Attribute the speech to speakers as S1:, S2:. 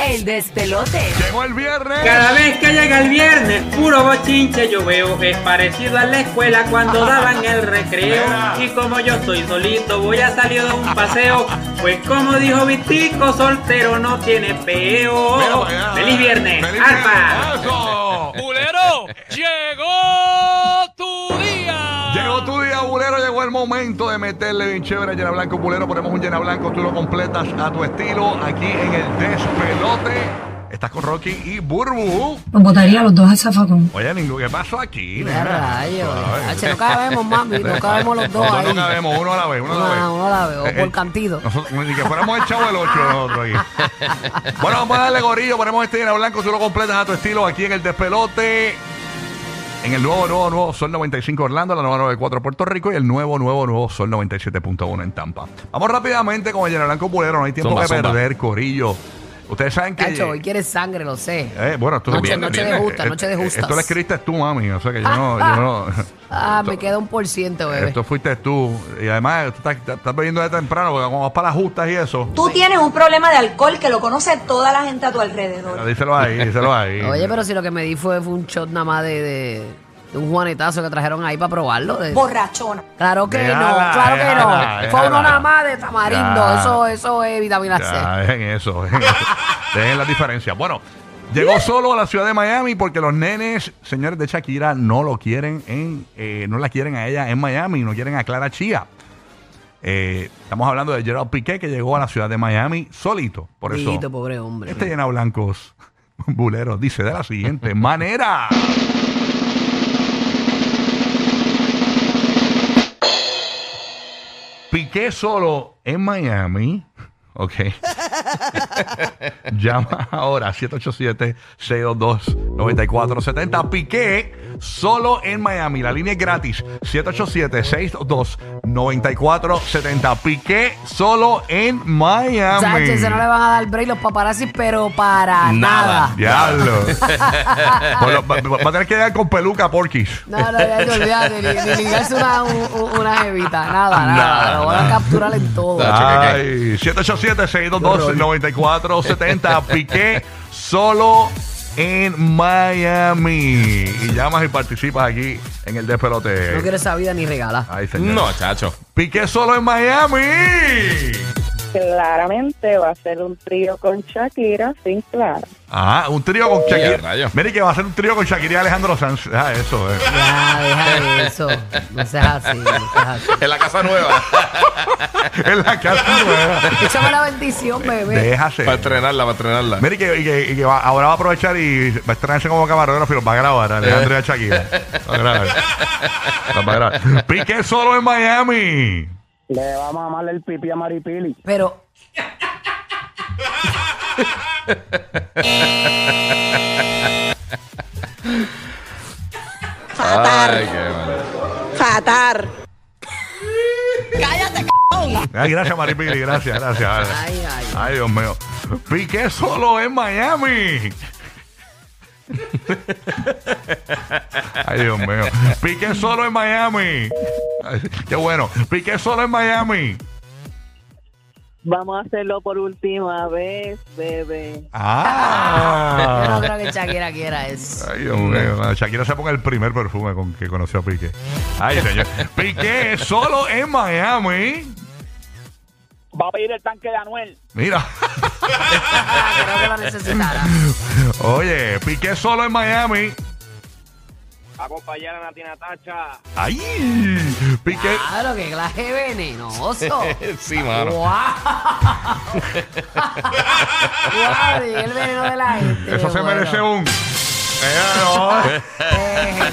S1: El despelote.
S2: Llegó el viernes.
S3: Cada vez que llega el viernes, puro bochinche yo veo. Es parecido a la escuela cuando daban el recreo.
S2: Mira.
S3: Y como yo estoy solito, voy a salir de un paseo. Pues como dijo Vitico, soltero no tiene peo.
S2: Mira,
S3: oh, ¡Feliz viernes!
S2: ¡Feliz
S3: ¡Arpa!
S2: viernes! ¡Eso!
S4: ¡Bulero! ¡Llegó tu día!
S2: Llegó tu día, Bulero. Llegó el momento de meterle bien chévere a Llena Blanco. Bulero, ponemos un Llena Blanco. Tú lo completas a tu estilo aquí en el despelote. Estás con Rocky y Burbu.
S5: Los botaría a los dos al zafacón.
S2: Oye, Ningu, ¿qué pasó
S1: Ya
S2: aquí? nena?
S1: rayos.
S2: Suave.
S1: Hache, no cabemos, mami. No cabemos los dos
S2: Nosotros
S1: ahí. Ah,
S2: no cabemos, uno a la vez, uno a la vez.
S1: No, uno a la vez, o
S2: Eh,
S1: por
S2: eh,
S1: cantido.
S2: Nosotros, ni que fuéramos el chavo del 8 nosotros aquí. bueno, vamos a darle gorillo, ponemos este llena blanco, tú lo completas a tu estilo aquí en el despelote. En el nuevo, nuevo, nuevo Sol 95 Orlando, la nueva 94 Puerto Rico y el nuevo, nuevo, nuevo Sol 97.1 en Tampa. Vamos rápidamente con el llena blanco pulero, no hay tiempo
S6: Zumba,
S2: que
S6: zumba.
S2: perder, corillo. Ustedes saben que.
S1: Cacho, hoy quieres sangre, lo sé.
S2: Eh, bueno, tú
S1: Noche-
S2: bien,
S1: noche
S2: bien.
S1: de justa,
S2: Eh,
S1: noche de
S2: eh,
S1: justas.
S2: Esto lo escribiste tú, mami, o sea que yo no. yo no
S1: Ah,
S2: esto-
S1: me queda un por ciento, bebé.
S2: Esto fuiste tú. Y además, tú estás, estás- estás bebiendo de temprano porque cuando vas para las justas y eso.
S7: Tú tienes un problema de alcohol que lo conoce toda la gente a tu alrededor.
S2: Díselo ahí, díselo ahí.
S1: Oye, pero si lo que me di fue, fue un shot nada más de, de- de un juanetazo que trajeron ahí para probarlo. de-
S7: Borrachona.
S1: claro que
S2: Déjala,
S1: no, claro que no.
S2: déjala,
S1: Fue uno
S2: déjala.
S1: nada más de tamarindo.
S2: Ya.
S1: Eso, eso es vitamina
S2: Ya, dejen eso, dejen eso. Dejen las diferencias. Bueno, llegó solo a la ciudad de Miami porque los nenes, señores de Shakira, no lo quieren en, eh, no la quieren a ella en Miami, no quieren a Clara Chía. Eh, estamos hablando de Gerald Piqué que llegó a la ciudad de Miami solito. Por
S1: C.
S2: eso,
S1: Dito, pobre hombre.
S2: este llena blancos buleros dice de la siguiente manera. Piqué solo en Miami. Ok. Llama ahora 787-622-9470. Piqué solo en Miami. La línea es gratis. 787-622-9470. Piqué solo en Miami.
S1: Sánchez, se no le van a dar break los paparazzis, pero para nada.
S2: Diablo. Por lo- va, va a tener que llegar con peluca, Porquis.
S1: No, no, ya te olvidaste, ni, ni ligarse una, un- un- una jevita, nada, nada,
S6: Nada,
S1: lo van a
S6: nada.
S1: capturar en todo.
S6: Nada.
S2: Ay, 787-622-9470. Piqué solo en Miami. Y llamas y participas aquí en el
S1: No
S2: despelote.
S1: quiero esa vida ni regala.
S2: Ay, señor.
S6: No, chacho.
S2: Piqué solo en Miami.
S8: Claramente va a ser un trío con Shakira sin Clara.
S2: Ah, un trío con
S6: Ya,
S2: Shakira.
S6: rayo.
S2: Mire que va a ser un trío con Shakira y Alejandro Sanz. Ah, eso eh.
S1: Ya, deja eso, no seas así, no seas así.
S6: En la casa nueva.
S2: en la casa nueva.
S1: Échame la bendición, bebé.
S2: Déjase.
S6: para entrenarla, para entrenarla.
S2: Mira, y que, y que- y que va- ahora va a aprovechar y va a estrenarse como camarógrafo y los va a grabar, Alejandro y a Shakira. Va a grabar. Los va a grabar. Piqué solo en Miami.
S9: Le vamos a mal el pipí a Maripili.
S1: Pero,
S6: Ay, qué mal.
S7: Fatar.
S2: Ay, gracias, Maripili. Gracias, gracias.
S1: ay, ay.
S2: Ay, Dios mío. Piqué solo en Miami. Ay, Dios mío. Piqué solo en Miami. Ay, qué bueno. Piqué solo en Miami.
S8: Vamos a hacerlo por última vez, bebé.
S2: Ah.
S1: Yo no creo que Shakira quiera eso.
S2: Ay, Dios mío. Ah, Shakira se ponga el primer perfume con que conoció a Piqué. Ay, señor. Piqué solo en Miami.
S9: Va a pedir el tanque de Anuel.
S2: Mira.
S1: Ah, creo que lo necesitará.
S2: Oye, Piqué solo en Miami.
S9: Acompañar a Natina Tacha.
S2: Ay, Piqué.
S1: Claro, que clase de venenoso.
S6: Sí, mano.
S1: ¡Guau! ¡Guau! Y el veneno de la gente.
S2: Eso se
S1: bueno.
S2: merece un. Eh, no.
S1: Eh,